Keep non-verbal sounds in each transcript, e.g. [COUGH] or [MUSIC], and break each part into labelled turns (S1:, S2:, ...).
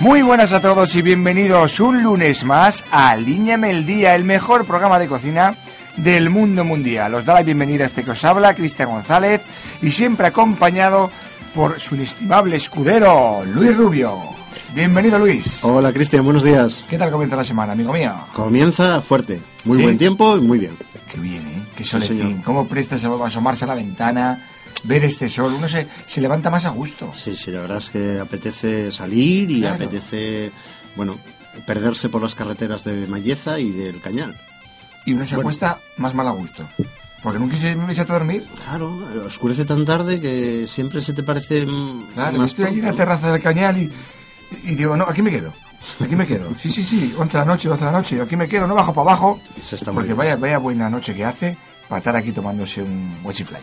S1: Muy buenas a todos y bienvenidos un lunes más a Alíñame el Día, el mejor programa de cocina del mundo mundial. Os da la bienvenida a este que os habla, Cristian González, y siempre acompañado por su inestimable escudero, Luis Rubio. Bienvenido, Luis.
S2: Hola Cristian, buenos días.
S1: ¿Qué tal comienza la semana, amigo mío?
S2: Comienza fuerte, muy
S1: ¿Sí?
S2: buen tiempo y muy bien.
S1: Qué bien, ¿eh? Qué
S2: Sí,
S1: solecín.
S2: señor.
S1: ¿Cómo presta ese- asomarse a la ventana, ver este sol? Uno se, se levanta más a gusto.
S2: Sí, sí, la verdad es que apetece salir y
S1: Claro.
S2: apetece, bueno, perderse por las carreteras de Mayeza y del Cañal.
S1: Y uno se
S2: Bueno.
S1: acuesta más mal a gusto. Porque nunca se me echaste a dormir.
S2: Claro, eh, oscurece tan tarde que siempre se te parece mm,
S1: Claro,
S2: más
S1: estoy ahí en la
S2: pronto.
S1: terraza del cañal y, y digo, no, aquí me quedo. Aquí me quedo. Sí, sí, sí, 11 de la noche, 11 de la noche, aquí me quedo, no bajo para abajo.
S2: Se está muy
S1: porque
S2: bien.
S1: vaya, vaya buena noche que hace para estar aquí tomándose un huachifly.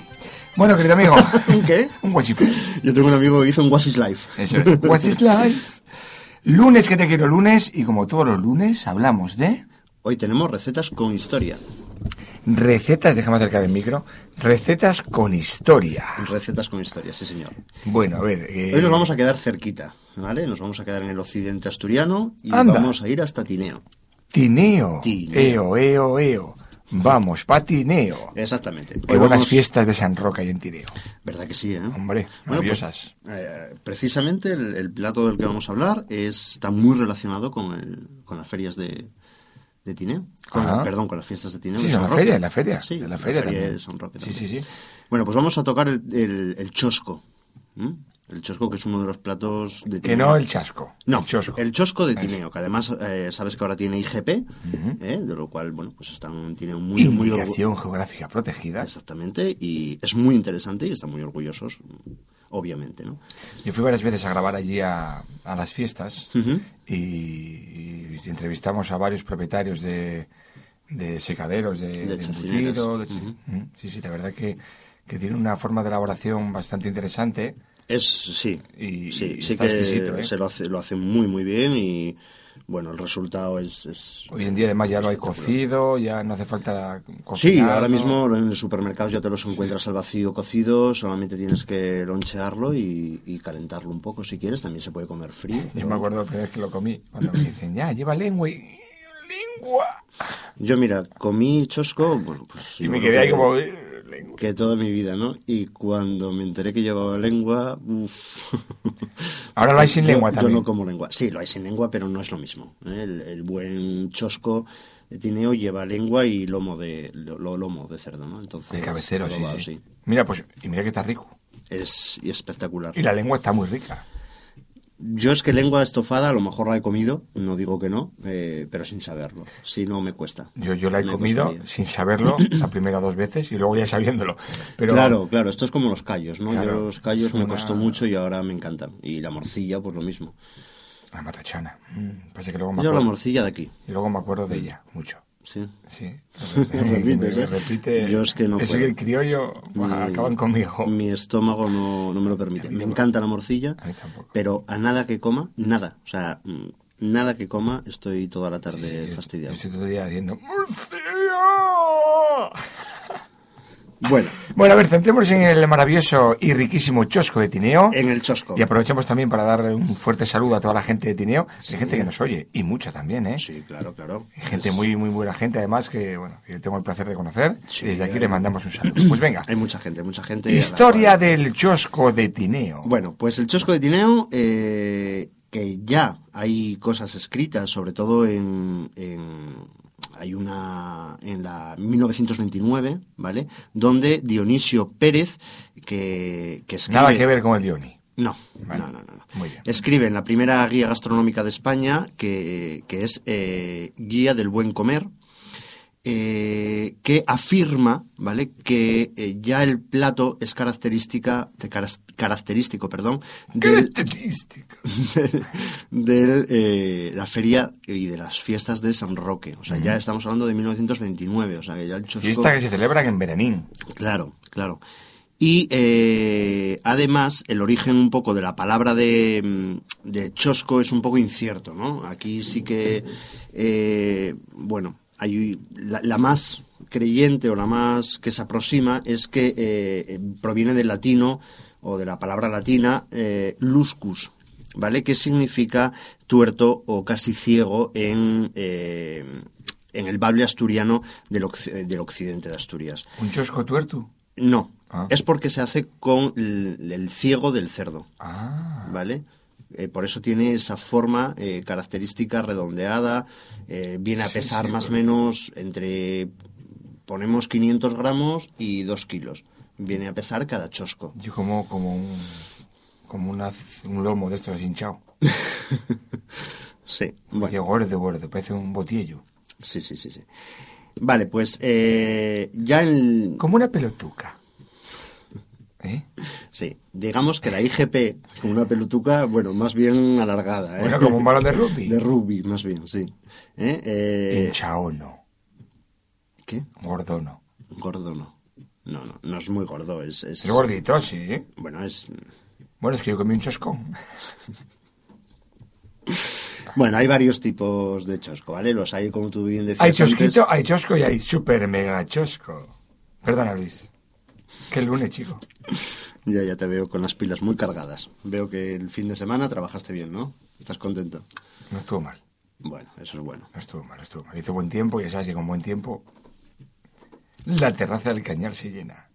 S1: Bueno, querido amigo.
S2: [LAUGHS] ¿Un qué?
S1: un huachifly.
S2: Yo tengo un amigo que hizo un What is Life.
S1: Eso
S2: [LAUGHS]
S1: es. What's is life? Lunes que te quiero lunes y como todos los lunes hablamos de
S2: Hoy tenemos recetas con historia.
S1: recetas, déjame acercar el micro, recetas con historia.
S2: Recetas con historia, sí señor.
S1: Bueno, a ver. eh,
S2: Hoy nos vamos a quedar cerquita, ¿vale? Nos vamos a quedar en el occidente asturiano y
S1: Anda.
S2: vamos a ir hasta Tineo.
S1: Tineo. Eo,
S2: Tineo.
S1: eo, eo. Vamos, pa' Tineo.
S2: Exactamente.
S1: Qué
S2: Hoy
S1: buenas
S2: vamos-
S1: fiestas de San Roca y en Tireo.
S2: ¿Verdad que sí, eh?
S1: Hombre,
S2: pues,
S1: maravillosas.
S2: eh, precisamente el, el plato del que vamos a hablar es, está muy relacionado con, el- con las ferias de, de Tineo. Con-
S1: Ajá.
S2: perdón, con las fiestas de Tineo.
S1: Sí,
S2: de
S1: en
S2: San
S1: la
S2: Roque.
S1: feria, en la feria.
S2: Sí,
S1: en la feria, también.
S2: de San Roque
S1: Sí, sí,
S2: también.
S1: sí.
S2: Bueno, pues vamos a tocar el, el- el chosco. ¿m? El chosco, que es uno de los platos de
S1: Que
S2: Tineo.
S1: no el chasco.
S2: No,
S1: el chosco.
S2: de Tineo, que además eh, sabes que ahora tiene IGP, ¿eh? de lo cual, bueno, pues está un Tineo muy, muy orgu-
S1: Indicación geográfica protegida.
S2: Exactamente, y es muy interesante y están muy orgullosos, obviamente, ¿no?
S1: Yo fui varias veces a grabar allí a, a las fiestas
S2: Ujú.
S1: y, y entrevistamos a varios propietarios de, de secaderos, de, de
S2: chacineras.
S1: embutido, de chi- Ujú. Sí, sí, la verdad que, que tiene una forma de elaboración bastante interesante.
S2: Es, sí,
S1: Y-
S2: sí,
S1: y
S2: sí
S1: está
S2: que
S1: exquisito, ¿eh?
S2: se lo hace, lo hace muy, muy bien y, bueno, el resultado es... es-
S1: Hoy en día además ya lo hay cocido, ya no hace falta cocinar.
S2: Sí, ahora mismo en los supermercados ya te los encuentras al vacío cocido, solamente tienes que lonchearlo y, y calentarlo un poco si quieres, también se puede comer frío.
S1: Yo
S2: pero-
S1: me acuerdo la primera vez que lo comí, cuando me dicen, ya, lleva lengua y... ¡Lengua!
S2: Yo, mira, comí chosco, bueno, pues...
S1: Y
S2: yo
S1: me
S2: creo
S1: quedé ahí
S2: que-
S1: como... "Eh, lengua".
S2: que toda mi vida, ¿no? Y cuando me enteré que llevaba lengua, uff.
S1: Ahora lo hay sin
S2: Yo-
S1: lengua
S2: yo
S1: también.
S2: no como lengua. Sí, lo hay sin lengua, pero no es lo mismo. ¿eh? El, el buen chosco de tineo lleva lengua y lomo de lo, lo- lomo de cerdo, ¿no? Entonces,
S1: De cabecero, sí,
S2: adobado,
S1: sí. Mira, pues, y mira que está rico.
S2: Es y espectacular.
S1: Y la lengua está muy rica.
S2: Yo es que lengua estofada, a lo mejor la he comido, no digo que no, eh, pero sin saberlo. Si no, me cuesta.
S1: Yo, yo la he
S2: Me
S1: comido
S2: costaría.
S1: sin
S2: [COUGHS]
S1: saberlo la primera dos veces y luego ya sabiéndolo. Pero
S2: Claro, claro, esto es como los callos, ¿no?
S1: Claro,
S2: Yo los callos
S1: es
S2: me
S1: una-
S2: costó mucho y ahora me encantan. Y la morcilla, pues lo mismo.
S1: la matachana. mm, pasa que luego me
S2: Yo la
S1: acuerdo,
S2: morcilla de aquí,
S1: y luego me acuerdo de ella, mucho.
S2: sí. [LAUGHS]
S1: Sí.
S2: Repites,
S1: Me
S2: ¿eh?
S1: repite.
S2: Yo es que no
S1: que
S2: puedo.
S1: el criollo buah,
S2: Mi-
S1: acaban conmigo.
S2: Mi estómago no, no me lo permite. Me encanta la morcilla,
S1: A mí tampoco.
S2: pero a nada que coma, nada. O sea, mm, nada que coma, estoy toda la
S1: Sí, sí,
S2: tarde
S1: yo-
S2: fastidiado.
S1: yo estoy todo el día diciendo "Murcia".
S2: Bueno,
S1: Bueno, a ver, centrémonos en el maravilloso y riquísimo chosco de Tineo.
S2: en el chosco.
S1: Y aprovechamos también para darle un fuerte saludo a toda la gente de Tineo. Hay gente que nos oye, y mucha también, ¿eh?
S2: Sí, claro, claro.
S1: Hay Gente muy, muy buena gente, además, que bueno, que yo tengo el placer de conocer.
S2: Sí,
S1: y desde aquí
S2: hay-
S1: le mandamos un saludo. Pues venga,
S2: Hay mucha gente, mucha gente. a la
S1: historia
S2: cual-
S1: del chosco de Tineo.
S2: Bueno, pues el chosco de Tineo, eh, que ya hay cosas escritas, sobre todo en, en- hay una en la 1929, ¿vale? Donde Dionisio Pérez, que, que escribe...
S1: Nada que ver con el Dioni.
S2: No,
S1: Vale.
S2: no, no, no, no.
S1: Muy bien.
S2: Escribe en la primera guía gastronómica de España, que, que es eh, Guía del Buen Comer, eh, que afirma, ¿vale?, que eh, ya el plato es característica, de caras- característico, perdón, del, [LAUGHS]
S1: Característica.
S2: de eh, la feria y de las fiestas de San Roque. O sea, ya estamos hablando de 1929, o sea, que ya el chosco...
S1: Fiesta que se celebran en Berenín.
S2: Claro, claro. Y eh, además, el origen un poco de la palabra de, mm, de chosco es un poco incierto, ¿no? Aquí sí que, eh, bueno, hay la, la más creyente o la más que se aproxima es que eh, eh, proviene del latino o de la palabra latina eh, luscus, ¿vale? Que significa tuerto o casi ciego en, eh, en el bable asturiano del, occ- del occidente de Asturias.
S1: ¿Un chosco tuerto?
S2: No,
S1: Ah.
S2: es porque se hace con el, el ciego del cerdo,
S1: Ah.
S2: ¿vale? Eh, por eso tiene esa forma eh, característica redondeada, eh, viene a pesar más o menos entre, ponemos 500 gramos y 2 kilos. Viene a pesar cada chosco.
S1: Yo como, como un como una- un lomo de estos hinchado.
S2: Sí,
S1: Porque gordo, gordo, parece un botillo.
S2: sí, sí, sí. sí. Vale, pues eh, ya el...
S1: Como una pelotuca. ¿Eh?
S2: Sí, digamos que la IGP, con una pelutuca, bueno, más bien alargada. ¿eh?
S1: Bueno, como un balón de rugby.
S2: [LAUGHS] De rugby, más bien, sí. ¿Eh? Eh,
S1: Hinchao no,
S2: ¿Qué?
S1: gordo no.
S2: Gordo no. No, no, no es muy gordo, es... es-
S1: Es gordito, sí. ¿eh?
S2: Bueno, es...
S1: Bueno, es que yo comí un choscón.
S2: Bueno, hay varios tipos de chosco, ¿vale? Los hay, como tú bien decías
S1: Hay
S2: antes.
S1: chosquito, hay chosco y hay super mega chosco. Perdona, Luis. Qué lunes, chico.
S2: Ya, ya te veo con las pilas muy cargadas. Veo que el fin de semana trabajaste bien, ¿no? ¿Estás contento?
S1: No estuvo mal,
S2: Bueno, eso es bueno.
S1: no estuvo mal, no estuvo mal. Hizo buen tiempo, ya sabes que con buen tiempo la terraza del cañar se llena.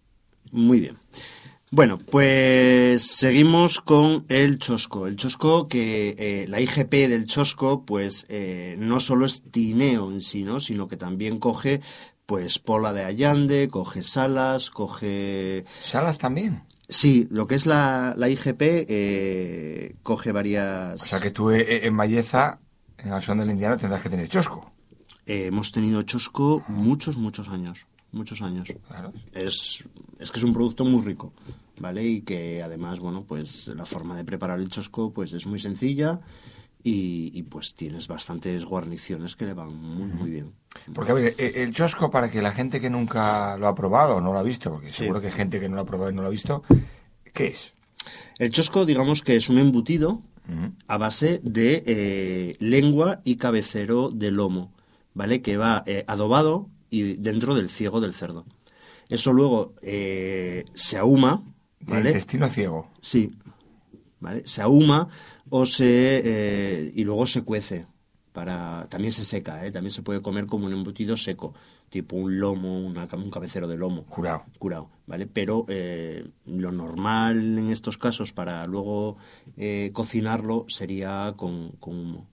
S2: Muy bien. Bueno, pues seguimos con el chosco. El chosco que eh, la IGP del chosco, pues eh, no solo es tineo en sí, ¿no? Sino que también coge, pues Pola de Allande, coge Salas, coge
S1: Salas también.
S2: Sí, lo que es la, la IGP eh, coge varias...
S1: O sea que tú eh, eh, en Valleza, en el son del Indiano, tendrás que tener chosco.
S2: Eh, hemos tenido chosco muchos, muchos años. Muchos años.
S1: Claro.
S2: Es, es que es un producto muy rico, ¿vale? Y que además, bueno, pues la forma de preparar el chosco pues es muy sencilla y, y, pues tienes bastantes guarniciones que le van muy, muy bien.
S1: Porque, a ver, e- el chosco, para que la gente que nunca lo ha probado o no lo ha visto, porque seguro que hay gente que no lo ha probado y no lo ha visto, ¿qué es?
S2: El chosco, digamos que es un embutido a base de eh, lengua y cabecero de lomo, ¿vale? Que va eh, adobado y dentro del ciego del cerdo. Eso luego eh, se ahuma,
S1: De
S2: ¿vale?
S1: intestino ciego.
S2: Sí, ¿vale? Se ahuma o se, eh, y luego se cuece. Para, también se seca, ¿eh? también se puede comer como un embutido seco, tipo un lomo, una ca- un cabecero de lomo
S1: Curado.
S2: curado, ¿vale? Pero eh, lo normal en estos casos para luego eh, cocinarlo sería con, con humo.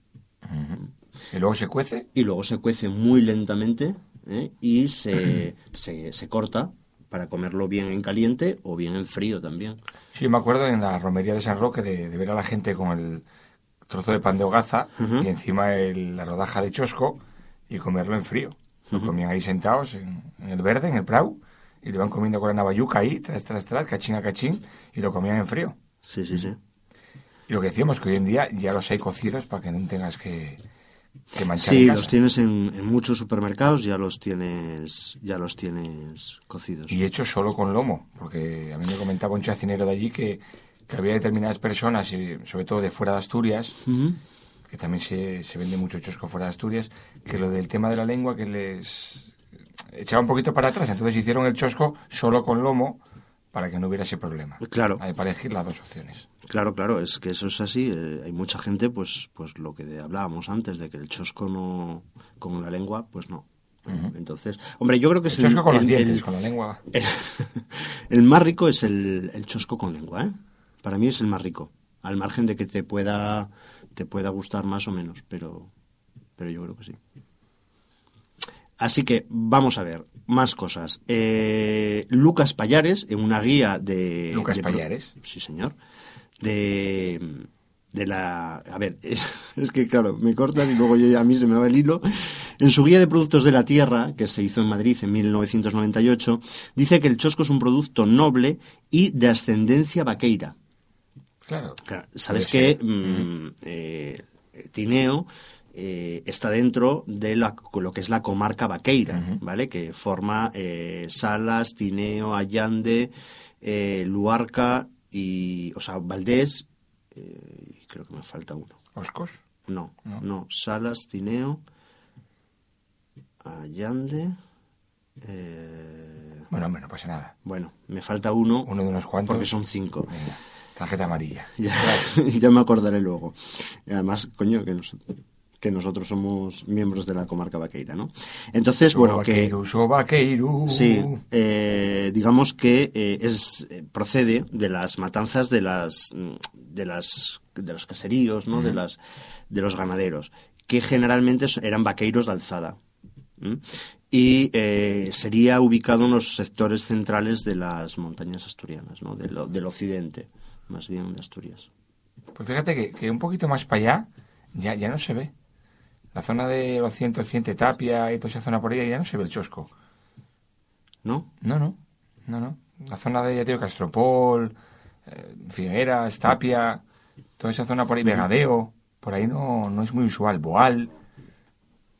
S1: Y luego se cuece.
S2: Y luego se cuece muy lentamente ¿eh? y se, se, se corta para comerlo bien en caliente o bien en frío también.
S1: Sí, yo me acuerdo en la romería de San Roque de, de ver a la gente con el trozo de pan de hogaza y encima el- la rodaja de chosco y comerlo en frío. Lo comían ahí sentados en, en el verde, en el prau, y lo iban comiendo con la navalluca ahí, tras, tras, tras, cachín a cachín, y lo comían en frío.
S2: Sí, sí, sí.
S1: Y lo que decíamos, que hoy en día ya los hay cocidos para que no tengas que, que manchar
S2: Sí,
S1: en casa.
S2: los tienes en, en muchos supermercados, ya los tienes, ya los tienes cocidos.
S1: Y hecho solo con lomo, porque a mí me comentaba un chacinero de allí que, que había determinadas personas, y sobre todo de fuera de Asturias,
S2: Ujú.
S1: que también se, se vende mucho chosco fuera de Asturias, que lo del tema de la lengua que les echaba un poquito para atrás. Entonces hicieron el chosco solo con lomo para que no hubiera ese problema.
S2: Claro.
S1: Hay para elegir las dos opciones.
S2: Claro, claro, es que eso es así. eh, hay mucha gente, pues, pues lo que de- hablábamos antes, de que el chosco no, con la lengua, pues no. Entonces, hombre, yo creo que
S1: El
S2: es
S1: chosco con los
S2: el-
S1: dientes,
S2: el-
S1: con la lengua.
S2: [LAUGHS] el- el más rico es el, el chosco con lengua, ¿eh? Para mí es el más rico. Al margen de que te pueda, te pueda gustar más o menos, pero, pero yo creo que sí. Así que vamos a ver más cosas. Eh, Lucas Payares, en una guía de...
S1: Lucas
S2: de-
S1: Payares.
S2: Sí, señor. De, de la... A ver, es, es que claro, me cortas y luego yo, ya- a mí se me va el hilo. En su guía de productos de la tierra, que se hizo en Madrid en 1998, dice que el chosco es un producto noble y de ascendencia vaqueira.
S1: Claro.
S2: Claro, Sabes
S1: Puede ser.
S2: que mm, eh, Tineo eh, está dentro de la- lo que es la comarca vaqueira, ¿vale? Que forma eh, Salas, Tineo, Allande, eh, Luarca y, o sea, Valdés, eh, creo que me falta uno.
S1: Oscos.
S2: No,
S1: No.
S2: no, Salas, Tineo, Allande, eh,
S1: Bueno, hombre, no pasa nada.
S2: bueno, me falta uno,
S1: Uno de unos cuantos.
S2: porque son cinco.
S1: Venga, tarjeta amarilla.
S2: Ya, [LAUGHS] ya me acordaré luego. Y Además, coño, que, nos- que nosotros somos miembros de la comarca vaqueira, ¿no? Entonces, bueno, que...
S1: Sobaqueiru, sobaqueiru.
S2: Sí, eh, digamos que eh, es eh, procede de las matanzas de las mm, de las de los caseríos, ¿no? De las de los ganaderos, que generalmente so- eran vaqueiros de alzada. ¿m? Y eh, sería ubicado en los sectores centrales de las montañas asturianas, ¿no? Del o- del occidente, más bien de Asturias.
S1: Pues fíjate que, que un poquito más para allá ya, ya no se ve. La zona de los 100, 100 Tapia y toda esa zona por ahí ya no se ve el chosco.
S2: ¿No?
S1: No, no, no, no. La zona de, ya te digo, Castropol, eh, Figueras, Tapia, toda esa zona por ahí, Vegadeo, por ahí no, no es muy usual, Boal,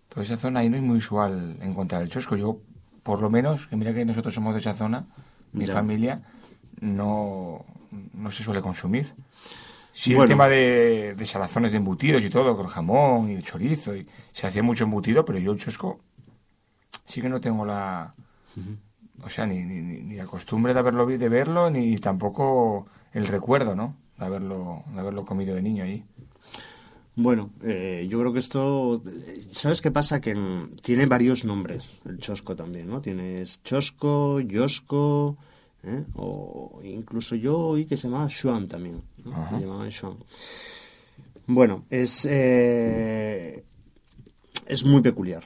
S1: toda esa zona ahí no es muy usual encontrar el chosco. Yo, por lo menos, que mira que nosotros somos de esa zona, mi
S2: Ya.
S1: familia, no, no se suele consumir. Sí, el
S2: Bueno.
S1: tema de, de salazones de embutidos y todo, con jamón y el chorizo, y se hacía mucho embutido, pero yo el chosco sí que no tengo la... O sea, ni, ni- ni- ni la costumbre de haberlo vi- de verlo, ni tampoco el recuerdo, ¿no? De haberlo, de haberlo comido de niño allí.
S2: Bueno, eh, yo creo que esto, eh, ¿sabes qué pasa? Que en- tiene varios nombres el chosco también, ¿no? Tienes chosco, yosco, ¿eh? o incluso yo oí que se llamaba Shuan también, ¿no?
S1: Ajá.
S2: Que llamaban Shuan. Bueno, es eh, es muy peculiar.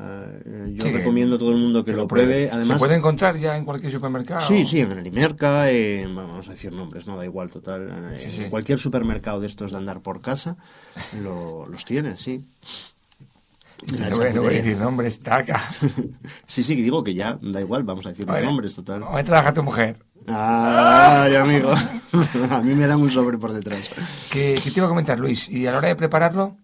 S2: Eh, yo
S1: Sí, que-
S2: recomiendo a todo el mundo que, lo pruebe. Además,
S1: ¿Se puede encontrar ya en cualquier supermercado?
S2: Sí, sí, en el Imerca, eh, bueno, vamos a decir nombres, no da igual, total. eh,
S1: Sí, sí.
S2: en Cualquier supermercado de estos de andar por casa lo- los tiene, sí. En la
S1: No voy, no voy a
S2: charcutería.
S1: decir nombres, taca.
S2: [LAUGHS] Sí, sí, que digo que ya, da igual, vamos a decir los
S1: Vale.
S2: nombres, total.
S1: ¿Dónde trabaja tu mujer? Ah.
S2: Ay, amigo, [LAUGHS] a mí me dan un sobre por detrás.
S1: ¿Qué, qué te iba a comentar, Luis? ¿Y a la hora de prepararlo?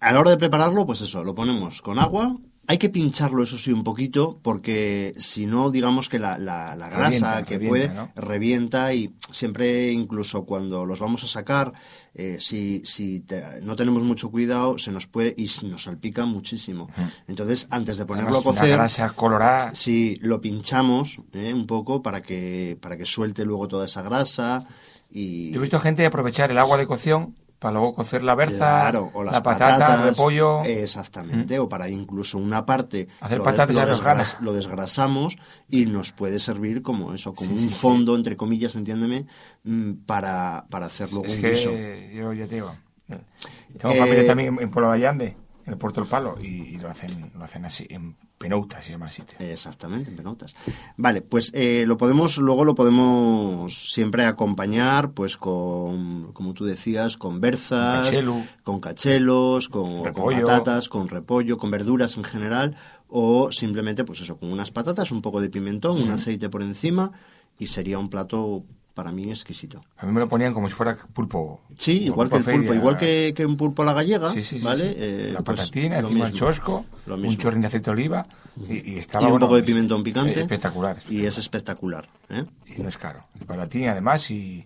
S2: A la hora de prepararlo, pues eso, lo ponemos con agua. Hay que pincharlo, eso sí, un poquito, porque si no, digamos que la, la- la grasa
S1: Revienta,
S2: que
S1: revienta,
S2: puede
S1: ¿no?
S2: revienta y siempre, incluso cuando los vamos a sacar, eh, si, si te- no tenemos mucho cuidado, se nos puede y nos salpica muchísimo. Entonces, antes de ponerlo
S1: Además,
S2: a cocer,
S1: Una grasa colorada.
S2: si lo pinchamos eh, un poco para que, para que suelte luego toda esa grasa y...
S1: Yo he visto gente aprovechar el agua de cocción para luego cocer la berza,
S2: Claro, o las
S1: la patata,
S2: patatas, eh,
S1: el repollo. Mm.
S2: Exactamente, o para incluso una parte.
S1: Hacer
S2: lo
S1: patatas
S2: lo
S1: a las ganas.
S2: desgras- Lo desgrasamos y nos puede servir como eso, como
S1: Sí,
S2: un
S1: sí, sí.
S2: fondo, entre comillas, entiéndeme, mm, para, para hacer luego
S1: Es
S2: un
S1: que
S2: guiso.
S1: yo ya te digo. Tengo
S2: Eh,
S1: familia también en Pueblo de Allande, en el Puerto del Palo, y, y lo hacen lo hacen así, en Penouta se llama el sitio.
S2: Exactamente, en pelotas. Vale, pues eh, lo podemos, luego lo podemos siempre acompañar, pues con, como tú decías, con berzas,
S1: Con cachelu.
S2: con cachelos, con, con
S1: Repollo.
S2: patatas, con repollo, con verduras en general, o simplemente, pues eso, con unas patatas, un poco de pimentón, un aceite por encima, y sería un plato para mí exquisito.
S1: A mí me lo ponían como si fuera pulpo.
S2: Sí,
S1: como
S2: igual que el
S1: feria.
S2: pulpo, igual que, que un pulpo a la gallega,
S1: Sí, sí, sí,
S2: ¿vale?
S1: sí.
S2: Eh,
S1: la
S2: pues,
S1: patatina,
S2: lo
S1: encima el
S2: mismo,
S1: chosco,
S2: lo
S1: un
S2: mismo.
S1: chorrín de aceite de oliva y, y estaba
S2: y un
S1: bueno,
S2: poco de
S1: es-
S2: pimentón picante.
S1: Espectacular.
S2: Y es espectacular. ¿eh?
S1: espectacular. Y no es caro. Es baratín además y,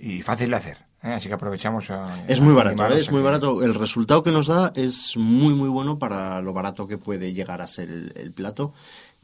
S1: y fácil de hacer. ¿eh? Así que aprovechamos. a-
S2: Es
S1: a
S2: muy barato,
S1: animaros
S2: ¿eh? es muy
S1: aquí.
S2: barato. El resultado que nos da es muy, muy bueno para lo barato que puede llegar a ser el, el plato.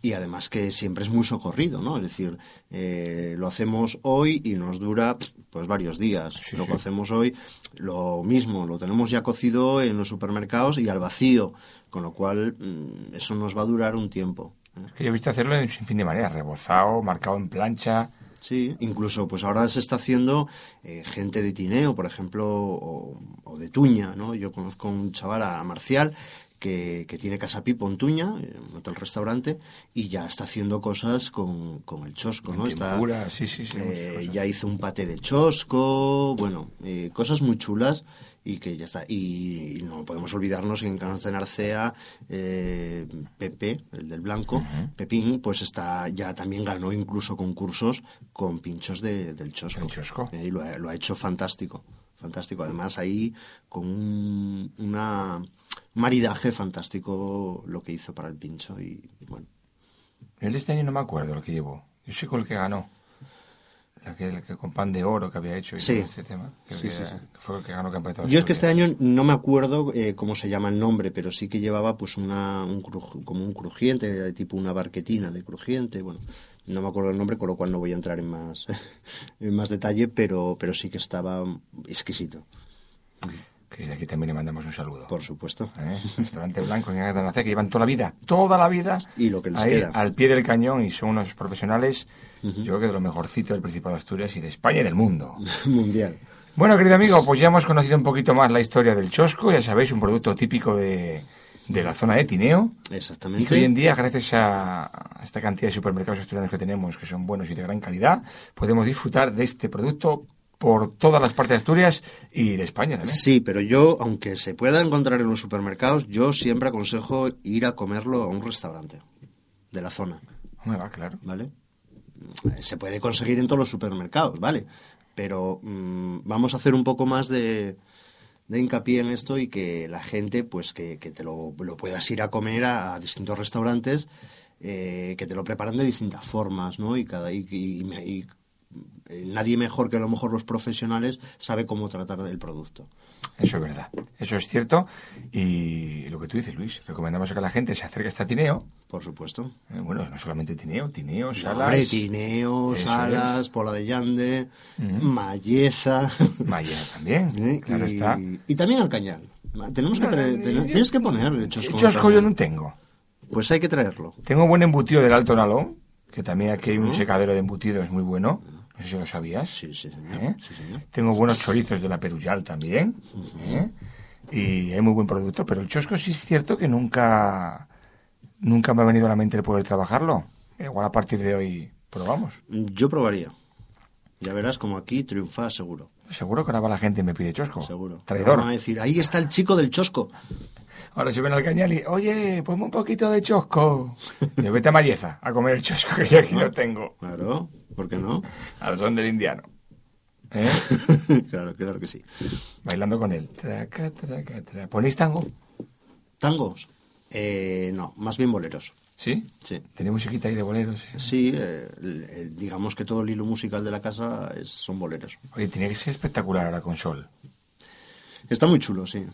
S2: Y además que siempre es muy socorrido, ¿no? Es decir, eh, lo hacemos hoy y nos dura pues varios días.
S1: Sí,
S2: lo
S1: sí.
S2: cocemos hoy, lo mismo, lo tenemos ya cocido en los supermercados y al vacío, con lo cual mm, eso nos va a durar un tiempo. ¿eh?
S1: Que yo he visto hacerlo en sin fin de manera, rebozado, marcado en plancha.
S2: Sí, incluso pues ahora se está haciendo eh, gente de Tineo, por ejemplo, o, o de Tuña, ¿no? Yo conozco a un chaval, a Marcial, que, que tiene Casa Pi Pontuña, un hotel restaurante, y ya está haciendo cosas con, con el chosco,
S1: En
S2: ¿no? Está,
S1: tempura, sí, sí, sí, muchas
S2: eh,
S1: cosas.
S2: ya hizo un paté de chosco, bueno, eh, cosas muy chulas y que ya está. Y, y no podemos olvidarnos que en Canas de Narcea, eh, Pepe, el del Blanco, Pepín, pues está ya también ganó incluso concursos con pinchos de- del chosco.
S1: Del chosco.
S2: Eh, y lo, ha- lo ha hecho fantástico, fantástico. Además ahí con un una un maridaje fantástico lo que hizo para el pincho y bueno.
S1: El de este año no me acuerdo lo que llevó. Yo sé con el que ganó. Aquel que con pan de oro que había hecho y
S2: Sí.
S1: todo este tema. Creo
S2: Sí,
S1: que
S2: sí, sí.
S1: Fue el que ganó el campeonato. de
S2: Yo es que este
S1: Asturias.
S2: año no me acuerdo eh, cómo se llama el nombre, pero sí que llevaba pues una un cruj- como un crujiente, eh, tipo una barquetina de crujiente, bueno, no me acuerdo el nombre, con lo cual no voy a entrar en más [LAUGHS] en más detalle, pero pero sí que estaba exquisito,
S1: Que desde aquí también le mandamos un saludo.
S2: por supuesto. [LAUGHS]
S1: ¿Eh? Restaurante Blanco en Águeda Nacea, que llevan toda la vida, toda la vida.
S2: Y lo que les
S1: ahí,
S2: queda.
S1: Al pie del cañón y son unos profesionales, yo creo que de lo mejorcito del Principado de Asturias y de España y del mundo.
S2: Mundial.
S1: Bueno, querido amigo, pues ya hemos conocido un poquito más la historia del chosco, ya sabéis, un producto típico de, de la zona de Tineo. Y que hoy en
S2: Exactamente.
S1: día, gracias a a esta cantidad de supermercados asturianos que tenemos, que son buenos y de gran calidad, podemos disfrutar de este producto por todas las partes de Asturias y de España también.
S2: Sí, pero yo, aunque se pueda encontrar en los supermercados, yo siempre aconsejo ir a comerlo a un restaurante de la zona.
S1: Hombre, va, claro.
S2: ¿vale? Eh, Se puede conseguir en todos los supermercados, ¿vale? Pero mm, vamos a hacer un poco más de, de hincapié en esto y que la gente, pues que, que te lo, lo puedas ir a comer a, a distintos restaurantes, eh, que te lo preparan de distintas formas, ¿no? Y cada y, y- y me- y, eh, nadie mejor que a lo mejor los profesionales sabe cómo tratar el producto.
S1: Eso es verdad, eso es cierto. Y lo que tú dices, Luis, recomendamos que la gente se acerque hasta Tineo.
S2: Por supuesto.
S1: Eh, bueno, no solamente Tineo, Tineo, Salas,
S2: Hombre, Tineo,
S1: Eso
S2: Salas,
S1: es.
S2: Pola de Yande, Mayeza.
S1: Maya también.
S2: ¿Eh?
S1: Claro
S2: y,
S1: está.
S2: y también al cañal. Tenemos que
S1: Bueno,
S2: traer-
S1: y-
S2: ten- tienes que poner el chosco.
S1: Chosco
S2: al
S1: yo
S2: cañal.
S1: no tengo.
S2: Pues hay que traerlo.
S1: Tengo buen embutido del Alto Nalón, que también aquí hay un secadero de embutidos muy bueno. No sé si lo sabías.
S2: Sí, sí, señor.
S1: ¿Eh?
S2: Sí, señor.
S1: Tengo buenos chorizos de la Perullal también. ¿eh? Y hay muy buen producto. Pero el chosco sí es cierto que nunca, nunca me ha venido a la mente el poder trabajarlo. Igual a partir de hoy probamos.
S2: Yo probaría. Ya verás como aquí triunfa seguro.
S1: Seguro que ahora va la gente y me pide chosco.
S2: Seguro.
S1: Traidor.
S2: Van a decir, ahí está el chico del chosco.
S1: Ahora se ven al cañal y, oye, ponme un poquito de chosco. [LAUGHS] Y vete a Mayeza a comer el chosco que yo aquí no tengo.
S2: Claro, ¿por qué no? [LAUGHS]
S1: Al son del indiano. ¿Eh?
S2: claro, claro que sí.
S1: Bailando con él. Traca, traca, traca. ¿Ponéis tango?
S2: ¿Tangos? Eh, no, más bien boleros.
S1: ¿Sí?
S2: Sí.
S1: Tenía musiquita ahí de boleros. ¿eh?
S2: Sí, eh, el- el- digamos que todo el hilo musical de la casa es- son boleros.
S1: Oye, tiene que ser espectacular ahora con sol.
S2: Está muy chulo, sí.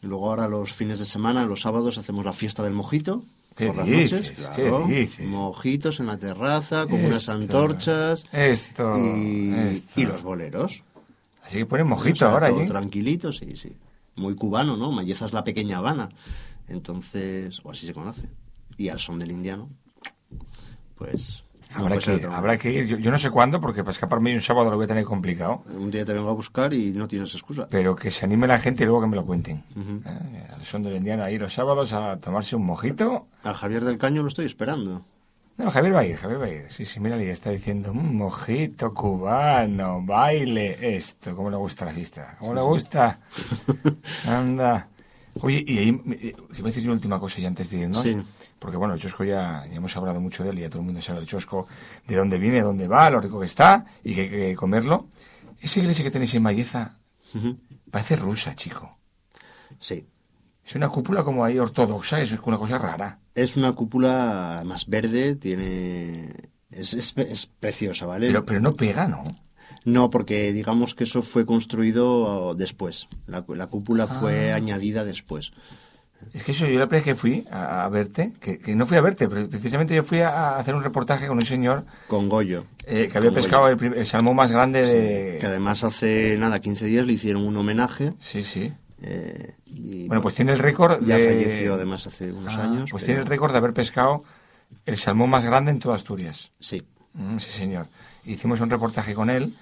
S2: Y Luego ahora los fines de semana, los sábados, hacemos la fiesta del mojito.
S1: ¿Qué
S2: por las
S1: dices?
S2: noches,
S1: ¿Qué
S2: claro.
S1: dices?
S2: Mojitos en la terraza, con unas
S1: Esto,
S2: antorchas.
S1: esto,
S2: Y,
S1: esto.
S2: y los boleros.
S1: Así que ponen
S2: O
S1: mojito
S2: sea,
S1: ahora,
S2: todo
S1: ¿eh?
S2: tranquilito, sí, sí. Muy cubano, ¿no? Mayeza es la pequeña Habana. Entonces, o así se conoce. Y al son del indiano, pues... no
S1: Habrá
S2: puede ser
S1: que,
S2: otro.
S1: habrá que ir. Yo, yo no sé cuándo, porque para escaparme un sábado lo voy a tener complicado.
S2: Un día te vengo a buscar y no tienes excusa.
S1: Pero que se anime la gente y luego que me lo cuenten. ¿Eh? Al son del indiano ahí los sábados a tomarse un mojito.
S2: A Javier del Caño lo estoy esperando.
S1: No, Javier va a ir, Javier va a ir. Sí, sí, mira, le está diciendo, "Mm, mojito cubano, baile, esto. ¿Cómo le gusta la fiesta? ¿Cómo le gusta? Anda. Oye, y ahí me- eh, iba a decir una última cosa ya antes de irnos.
S2: Sí.
S1: Porque bueno, el Chosco ya, ya hemos hablado mucho de él, ya todo el mundo sabe el Chosco, de dónde viene, dónde va, lo rico que está y que hay que comerlo. Esa iglesia que tenéis en Mayeza
S2: Ujú.
S1: parece rusa, chico.
S2: Sí.
S1: Es una cúpula como ahí ortodoxa, es una cosa rara.
S2: Es una cúpula más verde, tiene... Es, es- es preciosa, ¿vale?
S1: Pero, pero no pega, ¿no?
S2: No, porque digamos que eso fue construido uh, después. La, cu- la cúpula
S1: Ah.
S2: fue añadida después.
S1: Es que eso, yo la primera vez que fui a, a verte, que, que no fui a verte, pero precisamente yo fui a, a hacer un reportaje con un señor
S2: Con Goyo.
S1: eh, que había
S2: Con Goyo.
S1: pescado eh, el, prim- el salmón más grande de...
S2: Que además hace, nada, 15 días le hicieron un homenaje.
S1: Sí, sí.
S2: eh, y,
S1: Bueno, pues tiene el récord
S2: Ya
S1: de...
S2: falleció además hace unos
S1: Ah,
S2: años.
S1: Pues
S2: pero-
S1: tiene el récord de haber pescado el salmón más grande en toda Asturias.
S2: Sí.
S1: Mm, sí, señor. Hicimos un reportaje con él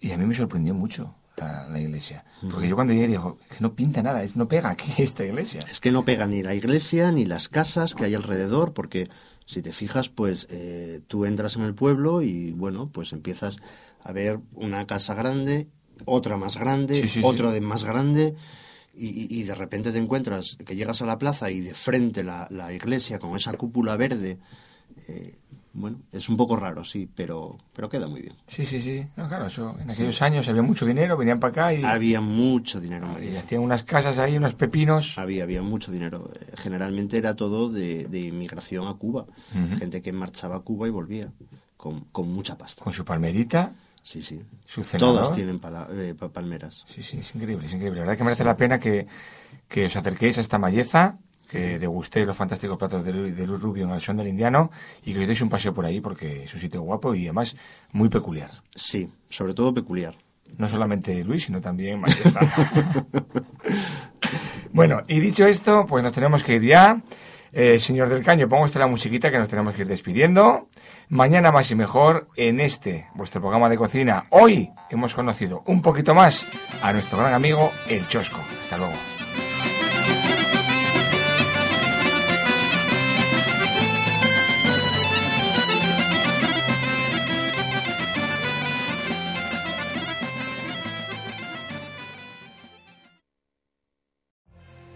S1: y a mí me sorprendió mucho. pinta la iglesia. Porque yo cuando llegué digo, "Es que no pinta nada, es, no pega aquí [LAUGHS] esta iglesia.
S2: Es que no pega ni la iglesia ni las casas que hay alrededor, porque si te fijas, pues eh, tú entras en el pueblo y bueno, pues empiezas a ver una casa grande, otra más grande,
S1: Sí, sí, sí.
S2: otra de más grande. Y, y- y de repente te encuentras que llegas a la plaza y de frente la, la iglesia con esa cúpula verde. eh, bueno, es un poco raro, sí, pero, pero queda muy bien.
S1: Sí, sí, sí. No, claro, eso, en aquellos años había mucho dinero, venían para acá y,
S2: Había mucho dinero,
S1: y
S2: María.
S1: hacían unas casas ahí, unos pepinos.
S2: Había, había mucho dinero. Eh, Generalmente era todo de, de inmigración a Cuba. Gente que marchaba a Cuba y volvía con, con mucha pasta.
S1: con su palmerita.
S2: Sí, sí.
S1: Su cenador.
S2: Todas tienen pala- eh, pa- palmeras.
S1: Sí, sí, es increíble, es increíble. La verdad que merece la pena que, que os acerquéis a esta malleza, que degustéis los fantásticos platos de, Lu- de Luis Rubio en el son del indiano y que os deis un paseo por ahí porque es un sitio guapo y además muy peculiar.
S2: Sí, sobre todo peculiar.
S1: No solamente Luis, sino también Marieta. bueno, y dicho esto, pues nos tenemos que ir ya. Eh, señor del Caño, ponga usted la musiquita que nos tenemos que ir despidiendo. Mañana más y mejor en este, vuestro programa de cocina. Hoy hemos conocido un poquito más a nuestro gran amigo El Chosco. Hasta luego.